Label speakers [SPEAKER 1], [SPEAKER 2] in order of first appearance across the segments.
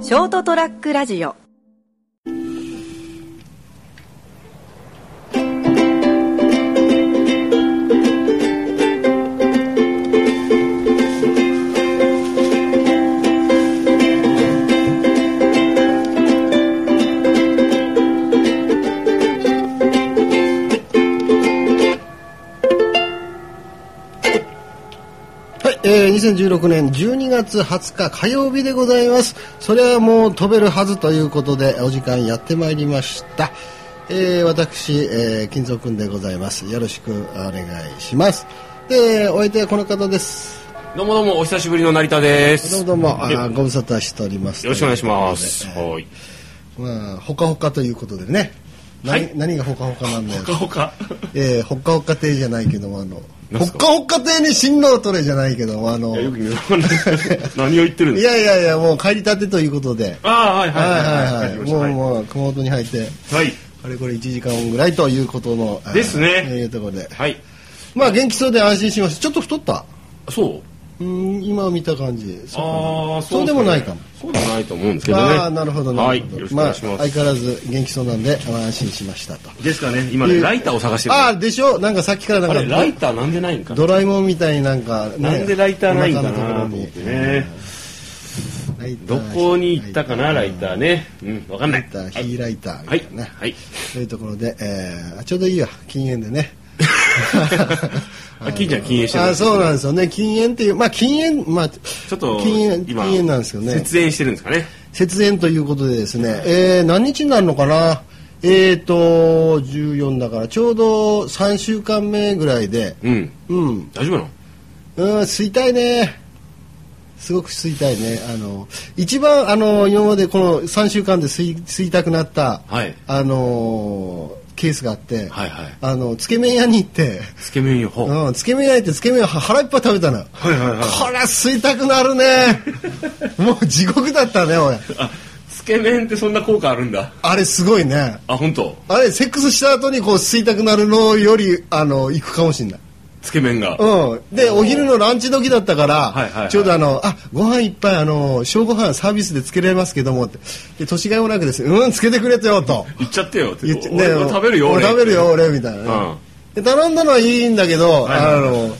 [SPEAKER 1] ショートトラックラジオ
[SPEAKER 2] はい、えー、2016年12月20日火曜日でございます。それはもう飛べるはずということで、お時間やってまいりました。えー、私、えー、金蔵君でございます。よろしくお願いします。で、お相手はこの方です。
[SPEAKER 3] どうもどうもお久しぶりの成田で
[SPEAKER 2] どう
[SPEAKER 3] す。
[SPEAKER 2] もどうも、あ
[SPEAKER 3] よ
[SPEAKER 2] ーご無沙汰しております。
[SPEAKER 3] ろしくお願いします。はい。
[SPEAKER 2] まあ、ほかほかということでね。
[SPEAKER 3] は
[SPEAKER 2] 何,、
[SPEAKER 3] い
[SPEAKER 2] 何がほかほかなんだよ。
[SPEAKER 3] ほか。
[SPEAKER 2] えー、ほっかほっか亭じゃないけども、あの、
[SPEAKER 3] なん
[SPEAKER 2] ほ
[SPEAKER 3] す
[SPEAKER 2] っ
[SPEAKER 3] か
[SPEAKER 2] かほっか亭に新郎取れじゃないけども、あの、
[SPEAKER 3] よく見た何を言ってるん
[SPEAKER 2] い
[SPEAKER 3] ですか。
[SPEAKER 2] やいやいや、もう帰りたてということで。
[SPEAKER 3] ああはいは
[SPEAKER 2] はいはい
[SPEAKER 3] い
[SPEAKER 2] はい。
[SPEAKER 3] はい。
[SPEAKER 2] もう
[SPEAKER 3] は
[SPEAKER 2] もう熊本に入って、
[SPEAKER 3] い。はい。
[SPEAKER 2] あれこれ1時間ぐらいということの。あー
[SPEAKER 3] ですね
[SPEAKER 2] いうところで。
[SPEAKER 3] はい。
[SPEAKER 2] まあ元気そうで安心しました。ちょっと太った。
[SPEAKER 3] そう。
[SPEAKER 2] うん、今見た感じ。そうか
[SPEAKER 3] ああ
[SPEAKER 2] そうでもないかも。。
[SPEAKER 3] そうでもないと思うんですけどね。
[SPEAKER 2] ああ、なるほどな
[SPEAKER 3] は
[SPEAKER 2] る
[SPEAKER 3] い。
[SPEAKER 2] ほど。
[SPEAKER 3] よろしくお願いし
[SPEAKER 2] あ
[SPEAKER 3] ま
[SPEAKER 2] 相
[SPEAKER 3] す。
[SPEAKER 2] 変わらず元気そうなんで、まあ安心しましたと。
[SPEAKER 3] ですかね。今ねライターを探してる。
[SPEAKER 2] あ
[SPEAKER 3] あ
[SPEAKER 2] あ、でしょなんかさっきからなんか
[SPEAKER 3] れライターなんでないんかな。
[SPEAKER 2] ドラえもんみたいになんかね、
[SPEAKER 3] なんでライターないんかな
[SPEAKER 2] お腹
[SPEAKER 3] と
[SPEAKER 2] のとこ
[SPEAKER 3] 思
[SPEAKER 2] ろ
[SPEAKER 3] って
[SPEAKER 2] に
[SPEAKER 3] ね。
[SPEAKER 2] ライタ
[SPEAKER 3] ど
[SPEAKER 2] ー
[SPEAKER 3] こに行ったかなライターね。うんわかんな
[SPEAKER 2] ライ
[SPEAKER 3] い。
[SPEAKER 2] ター、ヒーライターみ
[SPEAKER 3] は
[SPEAKER 2] た
[SPEAKER 3] い
[SPEAKER 2] いなね。
[SPEAKER 3] はい。
[SPEAKER 2] というところで、えー、ちょうどいいや禁煙でね
[SPEAKER 3] あ金ちゃん禁煙してる
[SPEAKER 2] あそうなんですよね禁煙っていうまあ禁煙まあち
[SPEAKER 3] ちょっと
[SPEAKER 2] 禁煙禁
[SPEAKER 3] 今
[SPEAKER 2] 煙なんですよね
[SPEAKER 3] 節煙してるんですかね。
[SPEAKER 2] 節電ということでですね、えー、何日になるのかなえーと14だからちょうど3週間目ぐらいで
[SPEAKER 3] うん。
[SPEAKER 2] うん
[SPEAKER 3] 大丈夫なの？
[SPEAKER 2] うん吸いたいねすごく吸いたいねあの一番あの今までこの3週間で吸い吸いたくなった、
[SPEAKER 3] はい
[SPEAKER 2] あのケースがあって、
[SPEAKER 3] はいはい
[SPEAKER 2] あのつけ麺屋に行って、
[SPEAKER 3] つけ麺よ。ほう
[SPEAKER 2] うん、つけ麺屋に行ってつけ麺を腹いっぱい食べたの、
[SPEAKER 3] はいはいはい
[SPEAKER 2] これは吸いたくなる ねもう地獄だったね俺
[SPEAKER 3] あつけ麺ってそんな効果あるんだ
[SPEAKER 2] あれすごいね
[SPEAKER 3] あ本当
[SPEAKER 2] あれセックスした後にこう吸いたくなるのよりあの行くかもしれない
[SPEAKER 3] つけ麺が、
[SPEAKER 2] うん、でお昼のランチ時だったから、
[SPEAKER 3] はいはいはい
[SPEAKER 2] ちょうどあのあご飯いっぱいあの小ご飯サービスでつけられますけどもってで年がいもなくですうんつけてくれてよと
[SPEAKER 3] 言っちゃってよって
[SPEAKER 2] 言って
[SPEAKER 3] 俺も食べるよ
[SPEAKER 2] 俺
[SPEAKER 3] 俺
[SPEAKER 2] 食べるよ俺みたいなね、で頼んだのはいいんだけど、
[SPEAKER 3] はいはいはい
[SPEAKER 2] あの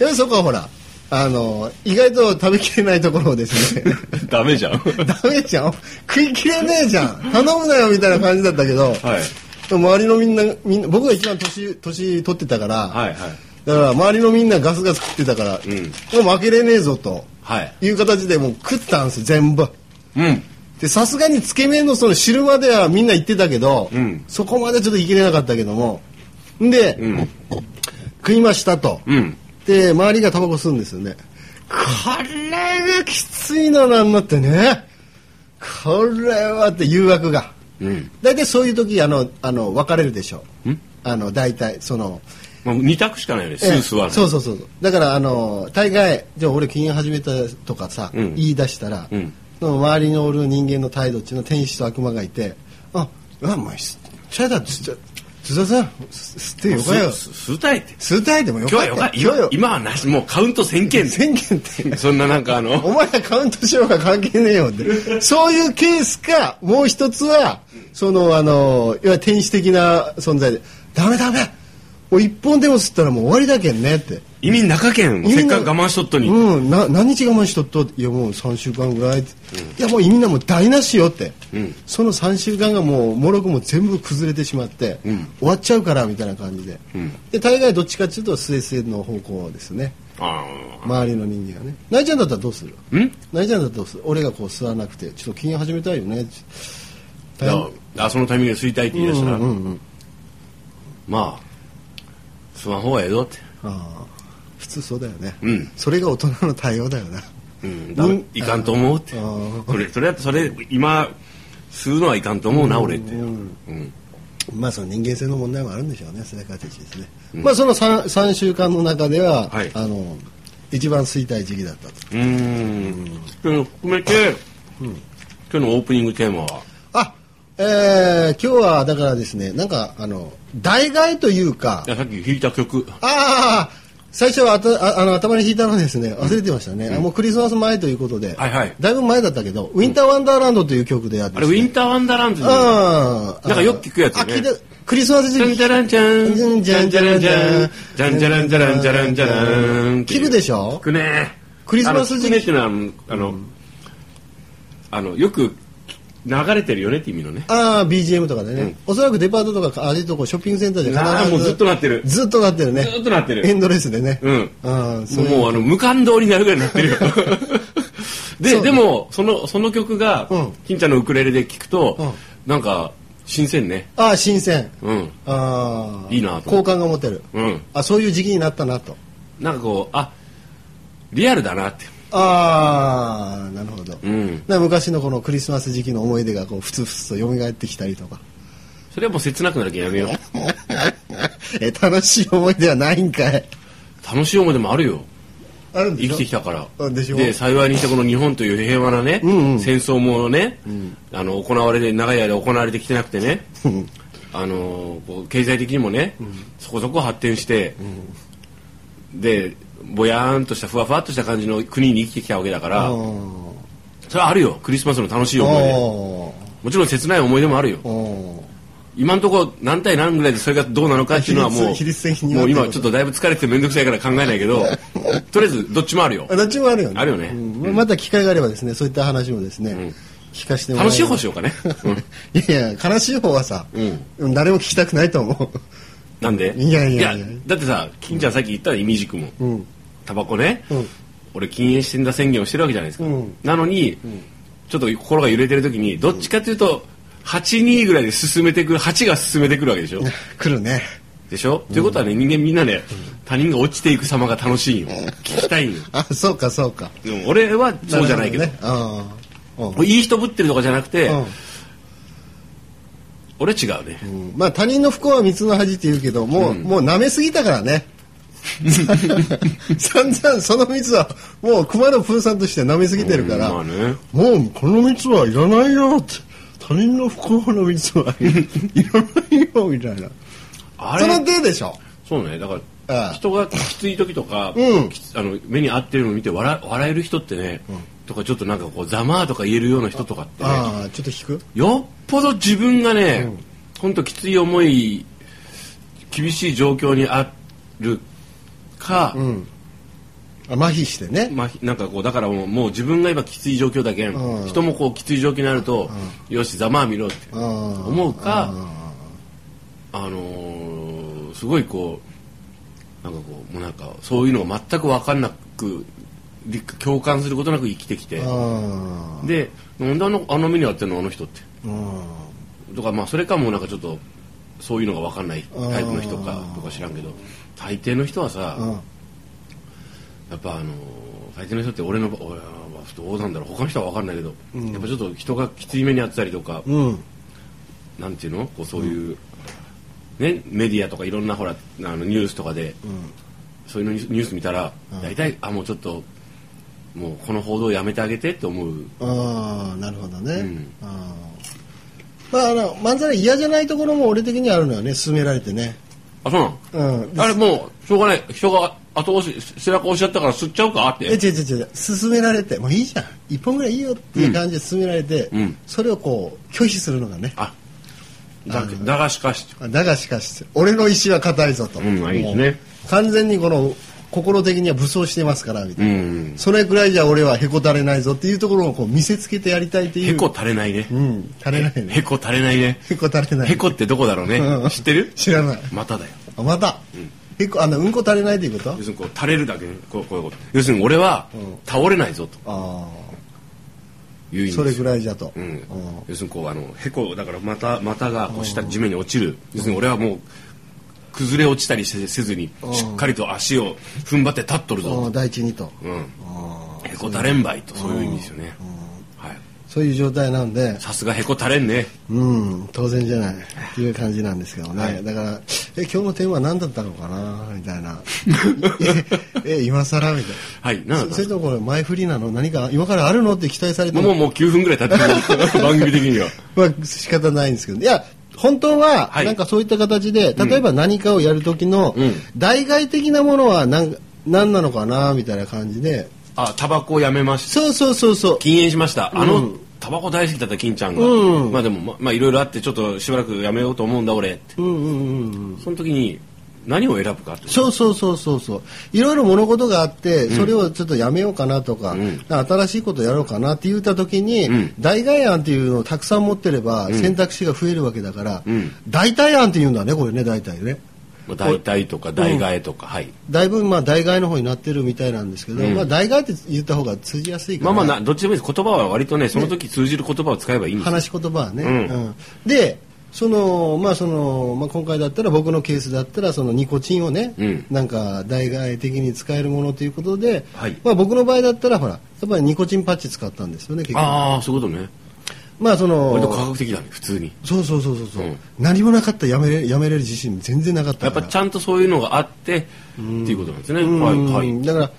[SPEAKER 2] でもそこはほらあの意外と食べきれないところをです ね
[SPEAKER 3] ダメ じゃんは
[SPEAKER 2] ダメじゃん食いきれねえじゃん頼むなよみたいな感じだったけど、
[SPEAKER 3] い
[SPEAKER 2] でも周りのみんなみんな僕が一番年年取ってたから、
[SPEAKER 3] はいはい
[SPEAKER 2] だから周りのみんなガスガス食ってたから、もう負けれねえぞと
[SPEAKER 3] はい
[SPEAKER 2] いう形でもう食ったんですよ全部
[SPEAKER 3] うん
[SPEAKER 2] でさすがにつけ麺のその汁まではみんな行ってたけど、
[SPEAKER 3] うん
[SPEAKER 2] そこまでちょっといけれなかったけどもんで、
[SPEAKER 3] うん
[SPEAKER 2] 食いましたと、
[SPEAKER 3] うん
[SPEAKER 2] で周りがタバコ吸うんですよねこれがきついのなんなってねこれはって誘惑が
[SPEAKER 3] うん、
[SPEAKER 2] 大体そういう時あのあの別れるでしょ
[SPEAKER 3] ん
[SPEAKER 2] あの大体その
[SPEAKER 3] まあ、2択しかないねすぐ吸わない、
[SPEAKER 2] そうそうそうそうだからあの大概じゃあ俺禁煙始めたとかさ、
[SPEAKER 3] うん
[SPEAKER 2] 言い出したら、
[SPEAKER 3] うん
[SPEAKER 2] その周りにおる人間の態度っていうのは天使と悪魔がいてああお前しちゃいだつちゃ津田さん吸ってよかよ
[SPEAKER 3] 吸吸吸たいって
[SPEAKER 2] 吸うたいでもよ
[SPEAKER 3] 今日
[SPEAKER 2] か
[SPEAKER 3] は
[SPEAKER 2] よ
[SPEAKER 3] よか
[SPEAKER 2] 今日よ
[SPEAKER 3] 今はなしもうカウント宣言
[SPEAKER 2] 宣言って
[SPEAKER 3] そんななんかあ
[SPEAKER 2] お
[SPEAKER 3] の
[SPEAKER 2] 前はカウントしようが関係ねえよってそういうケースかもう一つはそのあのいわゆる天使的な存在でダメダメもう一本でも吸ったらもう終わりだけんねって
[SPEAKER 3] 意味中けんせっかく我慢しとっとに、
[SPEAKER 2] うん、な何日我慢しとっといやもう3週間ぐらい、いやもう意味なんもう台無しよって、
[SPEAKER 3] うん
[SPEAKER 2] その3週間がもうもろくも全部崩れてしまって、
[SPEAKER 3] うん
[SPEAKER 2] 終わっちゃうからみたいな感じで、
[SPEAKER 3] うん
[SPEAKER 2] で大概どっちかっていうとスエスエの方向ですね
[SPEAKER 3] あ
[SPEAKER 2] 周りの人間がねナイちゃんだったらどうする
[SPEAKER 3] ーん
[SPEAKER 2] ナイちゃんだったらどうする俺がこう吸わなくてちょっと禁煙始めたいよねち
[SPEAKER 3] いやあそのタイミングで吸いたいって言い出したら、
[SPEAKER 2] うんうんうん
[SPEAKER 3] まあ吸わん方がええぞって
[SPEAKER 2] ああ普通そうだよね、
[SPEAKER 3] うん
[SPEAKER 2] それが大人の対応だよ な
[SPEAKER 3] うん、だ
[SPEAKER 2] うん
[SPEAKER 3] いかんと思うって
[SPEAKER 2] あー
[SPEAKER 3] それそれそれ今吸うのはいかんと思うな俺って
[SPEAKER 2] う
[SPEAKER 3] うんん、
[SPEAKER 2] まあその人間性の問題もあるんでしょうね、それからですね。まあその 3, 3週間の中では、
[SPEAKER 3] はい
[SPEAKER 2] あの一番吸いたい時期だったと。
[SPEAKER 3] うん、そういうの含めて、今日のオープニングテーマは
[SPEAKER 2] あ、えー、今日はだからですね、なんかあの代替というか
[SPEAKER 3] い、やさっき弾いた曲
[SPEAKER 2] ああ、最初はあたああの頭に引いたのですね忘れてましたね、あもうクリスマス前ということで、
[SPEAKER 3] はいはい
[SPEAKER 2] だいぶ前だったけど「ウィンターワンダーランド」という曲でやって
[SPEAKER 3] あれ、ウィンターワンダーランドじゃない
[SPEAKER 2] ああ
[SPEAKER 3] なんかよく聞くやつね
[SPEAKER 2] あ聞いたクリスマス
[SPEAKER 3] じゃん
[SPEAKER 2] 時
[SPEAKER 3] じ
[SPEAKER 2] 期
[SPEAKER 3] ゃらんじゃん。
[SPEAKER 2] じゃんじゃんじゃらんじゃん
[SPEAKER 3] じゃんじゃらんじゃらんじゃらんじゃらん。
[SPEAKER 2] 聞くでしょ
[SPEAKER 3] 聞くね。
[SPEAKER 2] クリスマス時期
[SPEAKER 3] あの聞くねってのは、あの、あの、よく流れてるよねって意味のね。
[SPEAKER 2] ああ BGM とかでね、おそらくデパートとかああいうとこショッピングセンターで必ず
[SPEAKER 3] ああ、もうずっとなってる。ず
[SPEAKER 2] ずっとなってるね
[SPEAKER 3] っとなって
[SPEAKER 2] エ
[SPEAKER 3] る。
[SPEAKER 2] ンドレスでね
[SPEAKER 3] うん。
[SPEAKER 2] うんそ
[SPEAKER 3] もう
[SPEAKER 2] れ
[SPEAKER 3] もうあの、無感動になるぐらいなっ てるよ。で、でも、その、その曲が
[SPEAKER 2] うん、
[SPEAKER 3] 金ちゃんのウクレレで聞くと
[SPEAKER 2] うん、
[SPEAKER 3] なんか、新鮮ね。
[SPEAKER 2] ああ新鮮
[SPEAKER 3] うん。
[SPEAKER 2] ああ
[SPEAKER 3] いいなと
[SPEAKER 2] 好感が持てる
[SPEAKER 3] うん。
[SPEAKER 2] あそういう時期になったなと
[SPEAKER 3] なんかこう、あ、リアルだなって。
[SPEAKER 2] ああなるほど、
[SPEAKER 3] うん。
[SPEAKER 2] な昔のこのクリスマス時期の思い出がこうふつふつと蘇ってきたりとか
[SPEAKER 3] それはもう切なくなるけどやめよう。
[SPEAKER 2] え楽しい思い出はないんかい
[SPEAKER 3] 楽しい思い出もあるよ
[SPEAKER 2] あるんで
[SPEAKER 3] 生
[SPEAKER 2] しょ
[SPEAKER 3] きてきたから
[SPEAKER 2] うんでしょ
[SPEAKER 3] 幸いにしてこの日本という平和なね、
[SPEAKER 2] うんうん
[SPEAKER 3] 戦争もね、あの行われて長い間行われてきてなくてね
[SPEAKER 2] うん
[SPEAKER 3] あのこう経済的にもね、そこそこ発展して、でぼやーんとしたふわふわっとした感じの国に生きてきたわけだから、
[SPEAKER 2] うん
[SPEAKER 3] それはあるよクリスマスの楽しい思い出
[SPEAKER 2] お
[SPEAKER 3] もちろん切ない思い出もあるよ
[SPEAKER 2] ーおー
[SPEAKER 3] 今のところ何対何ぐらいでそれがどうなのかっていうのはも う
[SPEAKER 2] 比率比率的には
[SPEAKER 3] もう
[SPEAKER 2] って
[SPEAKER 3] 今
[SPEAKER 2] こと
[SPEAKER 3] ちょっとだいぶ疲れて面倒くさいから考えない けどとりあえずどっちもあるよ
[SPEAKER 2] あどっちもあるよね
[SPEAKER 3] あるよね
[SPEAKER 2] うんままた機会があればですねそういった話もですね、聞かせてもらえ
[SPEAKER 3] 楽しい方
[SPEAKER 2] し
[SPEAKER 3] しようかね。
[SPEAKER 2] いやいや悲しい方はさ、
[SPEAKER 3] うん
[SPEAKER 2] うん誰も聞きたくないと思
[SPEAKER 3] なんで
[SPEAKER 2] いやいやいや
[SPEAKER 3] だってさ、金ちゃんさっき言ったら、イミジクも。
[SPEAKER 2] ううん
[SPEAKER 3] タバコね。
[SPEAKER 2] うん
[SPEAKER 3] 俺禁煙してんだ宣言をしてるわけじゃないですか。
[SPEAKER 2] うん
[SPEAKER 3] なのに、ちょっと心が揺れてる時に、どっちかというと、8-2ぐらいで進めてくる、8が進めてくるわけでしょ
[SPEAKER 2] 来るね
[SPEAKER 3] でしょということはね、人間みんなね、他人が落ちていく様が楽しいよ。聞きたいよ。
[SPEAKER 2] あそうかそうか
[SPEAKER 3] でも俺はそうじゃないけど。
[SPEAKER 2] るほどねあーうん
[SPEAKER 3] いい人ぶってるとかじゃなくて、
[SPEAKER 2] う
[SPEAKER 3] 俺違うね。
[SPEAKER 2] んまあ他人の不幸は三つの恥って言うけどもう、もう舐めすぎたから ね散々その蜜はもう熊野プーさんとして舐めすぎてるから、
[SPEAKER 3] まあね。
[SPEAKER 2] もうこの蜜はいらないよって他人の不幸の蜜はいらないよみたいな
[SPEAKER 3] あ
[SPEAKER 2] その
[SPEAKER 3] れ、
[SPEAKER 2] 手でしょ
[SPEAKER 3] そうね。だか
[SPEAKER 2] ああ
[SPEAKER 3] ら、人がきつい時とか、
[SPEAKER 2] うん
[SPEAKER 3] きつあの目に合ってるのを見て笑笑える人ってね、とかちょっとなんかこう、ざまーとか言えるような人とかってね、
[SPEAKER 2] ああちょっと引く
[SPEAKER 3] よっぽど自分がね、ほんときつい思い、厳しい状況にあるか、
[SPEAKER 2] あ麻痺してね
[SPEAKER 3] まあ、なんかこうだからもうもう自分が今きつい状況だけん、
[SPEAKER 2] うん
[SPEAKER 3] 人もこうきつい状況になると、よしざまあ見ろって
[SPEAKER 2] 思
[SPEAKER 3] 思うか、あのーすごいこうなんかこうもうなんかそういうのが全く分かんなく理共感することなく生きてきて
[SPEAKER 2] あ
[SPEAKER 3] でなんであのあの目に遭ってんのあの人って
[SPEAKER 2] ーうん
[SPEAKER 3] とかまあそれかもうなんかちょっとそういうのが分かんないタイプの人かとか知らんけど大抵の人はさ、
[SPEAKER 2] うん
[SPEAKER 3] やっぱあの大抵の人って俺の場俺はどうなんだろう他の人は分かんないけど、やっぱちょっと人がきつい目にあってたりとか、
[SPEAKER 2] うん
[SPEAKER 3] なんていうのこうそういう、ね、メディアとかいろんなほらあのニュースとかで、そういうのニュースニュース見たら、大体あもうちょっともうこの報道やめてあげてって思う
[SPEAKER 2] ああなるほどね、
[SPEAKER 3] ん
[SPEAKER 2] あーまああの漫才嫌じゃないところも俺的にはあるのよね勧められてね
[SPEAKER 3] あそうなん
[SPEAKER 2] うんで
[SPEAKER 3] あれもうしょうがない人が後押し背中押しちゃったから吸っちゃうかっ
[SPEAKER 2] え違う
[SPEAKER 3] て
[SPEAKER 2] 違う違う勧められてもういいじゃん一本ぐらいいいよっていう感じで勧められて、
[SPEAKER 3] うん
[SPEAKER 2] それをこう拒否するのがね
[SPEAKER 3] あだだがしかし
[SPEAKER 2] だがしかし俺の意志は固いぞと、
[SPEAKER 3] うんあいいですね
[SPEAKER 2] もう完全にこの心的には武装してますからみた
[SPEAKER 3] う
[SPEAKER 2] いな、
[SPEAKER 3] ん
[SPEAKER 2] それくらいじゃ俺はへこたれないぞっていうところをこう見せつけてやりたいっていう
[SPEAKER 3] へこ垂れないね
[SPEAKER 2] うん垂れないね
[SPEAKER 3] へこ垂れないね
[SPEAKER 2] へこたれない
[SPEAKER 3] へこってどこだろうね
[SPEAKER 2] うん
[SPEAKER 3] 知ってる
[SPEAKER 2] 知らない
[SPEAKER 3] まただよ
[SPEAKER 2] あまた、へこあのうんこ垂れないということ
[SPEAKER 3] 要するにこう垂れるだけねこうこういうこと要するに俺は
[SPEAKER 2] うん
[SPEAKER 3] 倒れないぞと
[SPEAKER 2] あ
[SPEAKER 3] いう意味
[SPEAKER 2] あ
[SPEAKER 3] です
[SPEAKER 2] それぐらいじゃと、
[SPEAKER 3] うん
[SPEAKER 2] うん
[SPEAKER 3] 要するにこうあのへこだから股股がこう下地面に落ちる要するに俺はもう崩れ落ちたりせせずにしっかりと足を踏ん張って立っとる
[SPEAKER 2] う
[SPEAKER 3] ぞ
[SPEAKER 2] ん第一にと、
[SPEAKER 3] と、うん、
[SPEAKER 2] あー
[SPEAKER 3] へこたれんばいとそういう意味ですよね、はい、
[SPEAKER 2] そういう状態なんで
[SPEAKER 3] さすがへこたれんね
[SPEAKER 2] うん当然じゃないっていう感じなんですけどね、だからえ今日のテーマは何だったのかなみたい なええ今更みたい
[SPEAKER 3] はい
[SPEAKER 2] な
[SPEAKER 3] な
[SPEAKER 2] そそれともこれ前振りなの何か今からあるのって期待されて
[SPEAKER 3] もう
[SPEAKER 2] も、
[SPEAKER 3] もう9分ぐらい経ってる番組的には
[SPEAKER 2] まあ、仕方ないんですけどいや本当は、
[SPEAKER 3] はい
[SPEAKER 2] なんかそういった形で、例えば何かをやる時の
[SPEAKER 3] うん、
[SPEAKER 2] 代替的なものは何、何なのかな、みたいな感じで、
[SPEAKER 3] あタバコをやめました
[SPEAKER 2] そうそうそうそう。
[SPEAKER 3] 禁煙しましたあ
[SPEAKER 2] う
[SPEAKER 3] の
[SPEAKER 2] ん
[SPEAKER 3] タバコ大好きだった金ちゃんが、
[SPEAKER 2] うん
[SPEAKER 3] まあでもままあいろいろあってちょっとしばらくやめようと思うんだ俺って
[SPEAKER 2] うんうんうんうん。
[SPEAKER 3] その時に何を選ぶかって
[SPEAKER 2] そうそうそうそうそういろいろ物事があってそれをちょっとやめようかなとか,、
[SPEAKER 3] うん
[SPEAKER 2] 新しいことやろうかなって言った時に、
[SPEAKER 3] うん
[SPEAKER 2] 代替案っていうのをたくさん持ってれば選択肢が増えるわけだから、
[SPEAKER 3] うん
[SPEAKER 2] 代替案っていうんだねこれね大体ね
[SPEAKER 3] まあ代替とか代替えとか、はい
[SPEAKER 2] だいぶまあ代替の方になってるみたいなんですけど、
[SPEAKER 3] うん
[SPEAKER 2] まあ、代替って言った方が通じやすいか
[SPEAKER 3] まあ
[SPEAKER 2] ら、
[SPEAKER 3] まあなどっちでもいいです言葉は割とねその時通じる言葉を使えばいいんですよ
[SPEAKER 2] 話し言葉はね、
[SPEAKER 3] うん
[SPEAKER 2] うんでそのまあそのまあ、今回だったら僕のケースだったらそのニコチンをね、
[SPEAKER 3] うん
[SPEAKER 2] なんか代替的に使えるものということで、
[SPEAKER 3] はい
[SPEAKER 2] まあ、僕の場合だったらほらやっぱりニコチンパッチ使ったんですよね結局
[SPEAKER 3] ああそういうことね
[SPEAKER 2] まあそ
[SPEAKER 3] 割と科
[SPEAKER 2] の
[SPEAKER 3] 学的だね普通に
[SPEAKER 2] そうそうそうそうそう、
[SPEAKER 3] うん
[SPEAKER 2] 何もなかったらやめれやめれる自信全然なかっ
[SPEAKER 3] や
[SPEAKER 2] た
[SPEAKER 3] っ
[SPEAKER 2] か
[SPEAKER 3] ぱ
[SPEAKER 2] ら
[SPEAKER 3] ちゃんとそういうのがあってっていうことなんですねはい
[SPEAKER 2] うん
[SPEAKER 3] はい
[SPEAKER 2] だから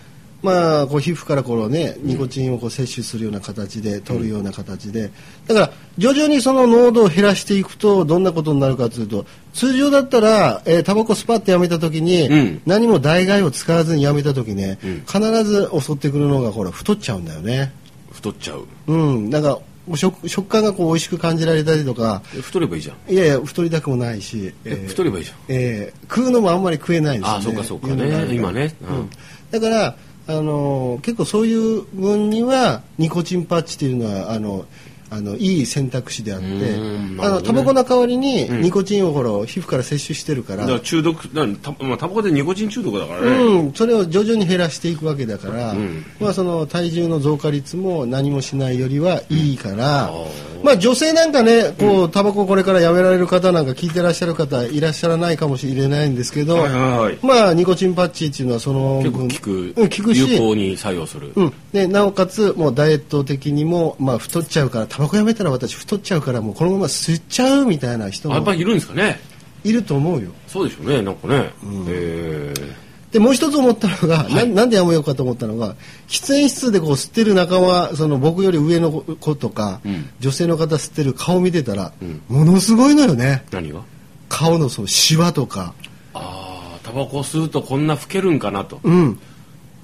[SPEAKER 2] まあこう皮膚からこのねニコチンをこう摂取するような形で取るような形で、だから徐々にその濃度を減らしていくとどんなことになるかというと通常だったら、えータバコスパッとやめた時に、
[SPEAKER 3] うん
[SPEAKER 2] 何も代替を使わずにやめた時ね、
[SPEAKER 3] うん
[SPEAKER 2] 必ず襲ってくるのがほら太っちゃうんだよね
[SPEAKER 3] 太っちゃう
[SPEAKER 2] うんなんか食食感がこう美味しく感じられたりとか
[SPEAKER 3] え太ればいいじゃん
[SPEAKER 2] いやいや太りたくもないし、えー
[SPEAKER 3] え太ればいいじゃん
[SPEAKER 2] えー食うのもあんまり食えないですよね。
[SPEAKER 3] あそうかそうか
[SPEAKER 2] いうのがあるら
[SPEAKER 3] ね今ねうん
[SPEAKER 2] だから、あのー結構そういう分にはニコチンパッチっていうのはあのあのいい選択肢であって、
[SPEAKER 3] うーん
[SPEAKER 2] あ
[SPEAKER 3] な
[SPEAKER 2] の
[SPEAKER 3] るほどね
[SPEAKER 2] タバコの代わりに
[SPEAKER 3] ん
[SPEAKER 2] ニコチンをほら皮膚から摂取してるから。
[SPEAKER 3] だから中毒だからたまあタバコでニコチン中毒だからね、
[SPEAKER 2] うん、それを徐々に減らしていくわけだから、
[SPEAKER 3] うん
[SPEAKER 2] まあ、その体重の増加率も何もしないよりはいいから、
[SPEAKER 3] うん
[SPEAKER 2] まあ、女性なんかねこうタバコこれからやめられる方なんか聞いてらっしゃる方いらっしゃらないかもしれないんですけど、
[SPEAKER 3] はいはいはい
[SPEAKER 2] まあ、ニコチンパッチっていうのはその
[SPEAKER 3] 結構
[SPEAKER 2] 分
[SPEAKER 3] 効く,、
[SPEAKER 2] うん、効く
[SPEAKER 3] 有
[SPEAKER 2] し、
[SPEAKER 3] 効に作用する、
[SPEAKER 2] うん、でなおかつもうダイエット的にも、まあ、太っちゃうからタバコやめたら私太っちゃうからもうこのまま吸っちゃうみたいな人
[SPEAKER 3] あやっぱ
[SPEAKER 2] も
[SPEAKER 3] りいるんですかね
[SPEAKER 2] いると思うよ。
[SPEAKER 3] そうでしょうねなんかね、えー
[SPEAKER 2] でもう一つ思ったのが、ななんでやめようかと思ったのが喫煙室でこう吸ってる仲間その僕より上の子とか、
[SPEAKER 3] うん
[SPEAKER 2] 女性の方吸ってる顔見てたら、
[SPEAKER 3] うん
[SPEAKER 2] ものすごいのよね
[SPEAKER 3] 何が
[SPEAKER 2] 顔のそのシワとか、
[SPEAKER 3] ああタバコ吸うとこんな老けるんかなと
[SPEAKER 2] うん、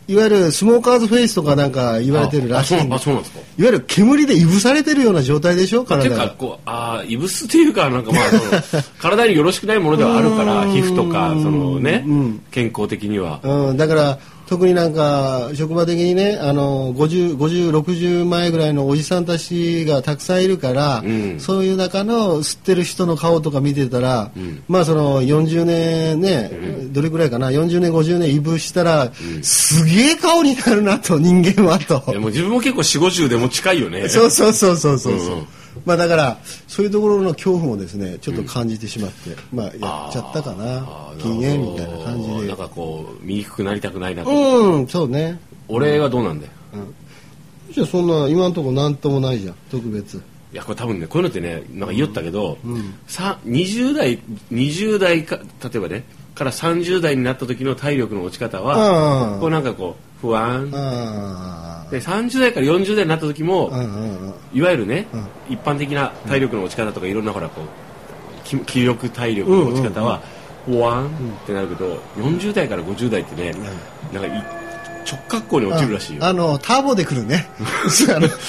[SPEAKER 2] いわゆるスモーカーズフェイスとかなんか言われてるらしいん
[SPEAKER 3] あ
[SPEAKER 2] で
[SPEAKER 3] あ
[SPEAKER 2] す
[SPEAKER 3] そう
[SPEAKER 2] い
[SPEAKER 3] なんですか
[SPEAKER 2] わゆる煙でいぶされてるような状態でしょ
[SPEAKER 3] て
[SPEAKER 2] 体
[SPEAKER 3] いうか
[SPEAKER 2] が。
[SPEAKER 3] こうああいぶすっていうかなんかまあ その体によろしくないものではあるから
[SPEAKER 2] うん
[SPEAKER 3] 皮膚とかそのね、
[SPEAKER 2] うん
[SPEAKER 3] 健康的には
[SPEAKER 2] うん、だから特になんか職場的にねあの50、50、60前ぐらいのおじさんたちがたくさんいるから、
[SPEAKER 3] うん
[SPEAKER 2] そういう中の吸ってる人の顔とか見てたら、
[SPEAKER 3] ん
[SPEAKER 2] まあその40年ね、どれぐらいかな40年、50年いぶしたら、すげえ顔になるなと人間はと
[SPEAKER 3] い やもう自分も結構4 5 0でも近いよね
[SPEAKER 2] そうそうそうそうそう、
[SPEAKER 3] うんうん
[SPEAKER 2] まあだからそういうところの恐怖もですねちょっと感じてしまって、まあやっちゃったか
[SPEAKER 3] あ
[SPEAKER 2] な
[SPEAKER 3] ー
[SPEAKER 2] 禁煙みたいな感じ
[SPEAKER 3] なるほどなん
[SPEAKER 2] で
[SPEAKER 3] かこう見にくくなりたくないなと、
[SPEAKER 2] うんそうね
[SPEAKER 3] 俺はどうなんだよ
[SPEAKER 2] じゃあそんな今のところ何ともないじゃん特別
[SPEAKER 3] いやこれ多分ねこういうのってねなんか言おったけど、
[SPEAKER 2] ん
[SPEAKER 3] さ20代20代か例えばねから30代になった時の体力の落ち方
[SPEAKER 2] うんうんう
[SPEAKER 3] は
[SPEAKER 2] ん
[SPEAKER 3] こうなんかこう不安
[SPEAKER 2] あ
[SPEAKER 3] で30代から40代になった時も、
[SPEAKER 2] あうんうんうん
[SPEAKER 3] いわゆるね、一般的な体力の落ち方とかいろんなほらこう気気力体力の落ち方は、ほわんってなるけど40代から50代ってね、なんかい直角行に落ちるらしいよ
[SPEAKER 2] あのターボで来るねあの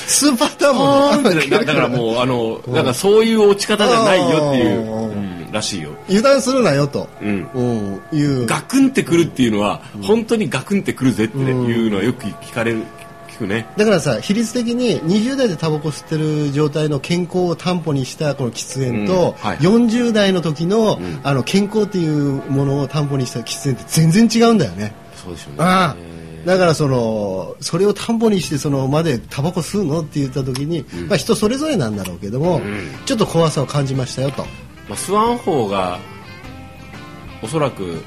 [SPEAKER 2] スーパーター
[SPEAKER 3] ポーン
[SPEAKER 2] ボ
[SPEAKER 3] っ
[SPEAKER 2] で
[SPEAKER 3] てだだから
[SPEAKER 2] う
[SPEAKER 3] もうあのなんかそういう落ち方じゃないよっていう、
[SPEAKER 2] うん
[SPEAKER 3] うんらしいよ、
[SPEAKER 2] 油断するなよと、
[SPEAKER 3] うん、
[SPEAKER 2] うん、いう
[SPEAKER 3] ガクンってくるっていうのは、本当にガクンってくるぜっていうのはよく聞かれる聞くね
[SPEAKER 2] だからさ比率的に20代でタバコ吸ってる状態の健康を担保にしたこの喫煙と、
[SPEAKER 3] うんはい
[SPEAKER 2] 40代の時の,、あの健康っていうものを担保にした喫煙って全然違うんだよね。
[SPEAKER 3] そうでしょう
[SPEAKER 2] あ
[SPEAKER 3] ね
[SPEAKER 2] あ
[SPEAKER 3] え
[SPEAKER 2] だからそのそれを担保にしてそのまでタバコ吸うのって言った時に、まあ、人それぞれなんだろうけども、
[SPEAKER 3] ん
[SPEAKER 2] ちょっと怖さを感じましたよと、
[SPEAKER 3] ーまあ、スワン方がおそらく、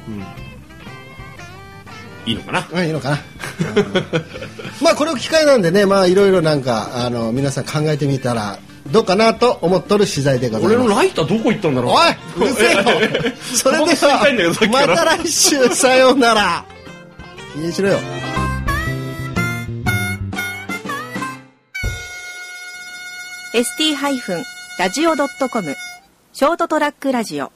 [SPEAKER 3] いいのかな
[SPEAKER 2] まあいいのかな まあこれを機会なんでねまあいろいろなんかあの皆さん考えてみたらどうかなと思っとる次第でございます
[SPEAKER 3] 俺のライターどこ行ったんだろう
[SPEAKER 2] おいうるせ えよそれで
[SPEAKER 3] タバコ吸いたいんだけどさ
[SPEAKER 2] は
[SPEAKER 3] っき
[SPEAKER 2] ま
[SPEAKER 3] から
[SPEAKER 2] た来週さようなら気にしろよ
[SPEAKER 1] ー ST-radio.com ドットコムショートトラックラジオ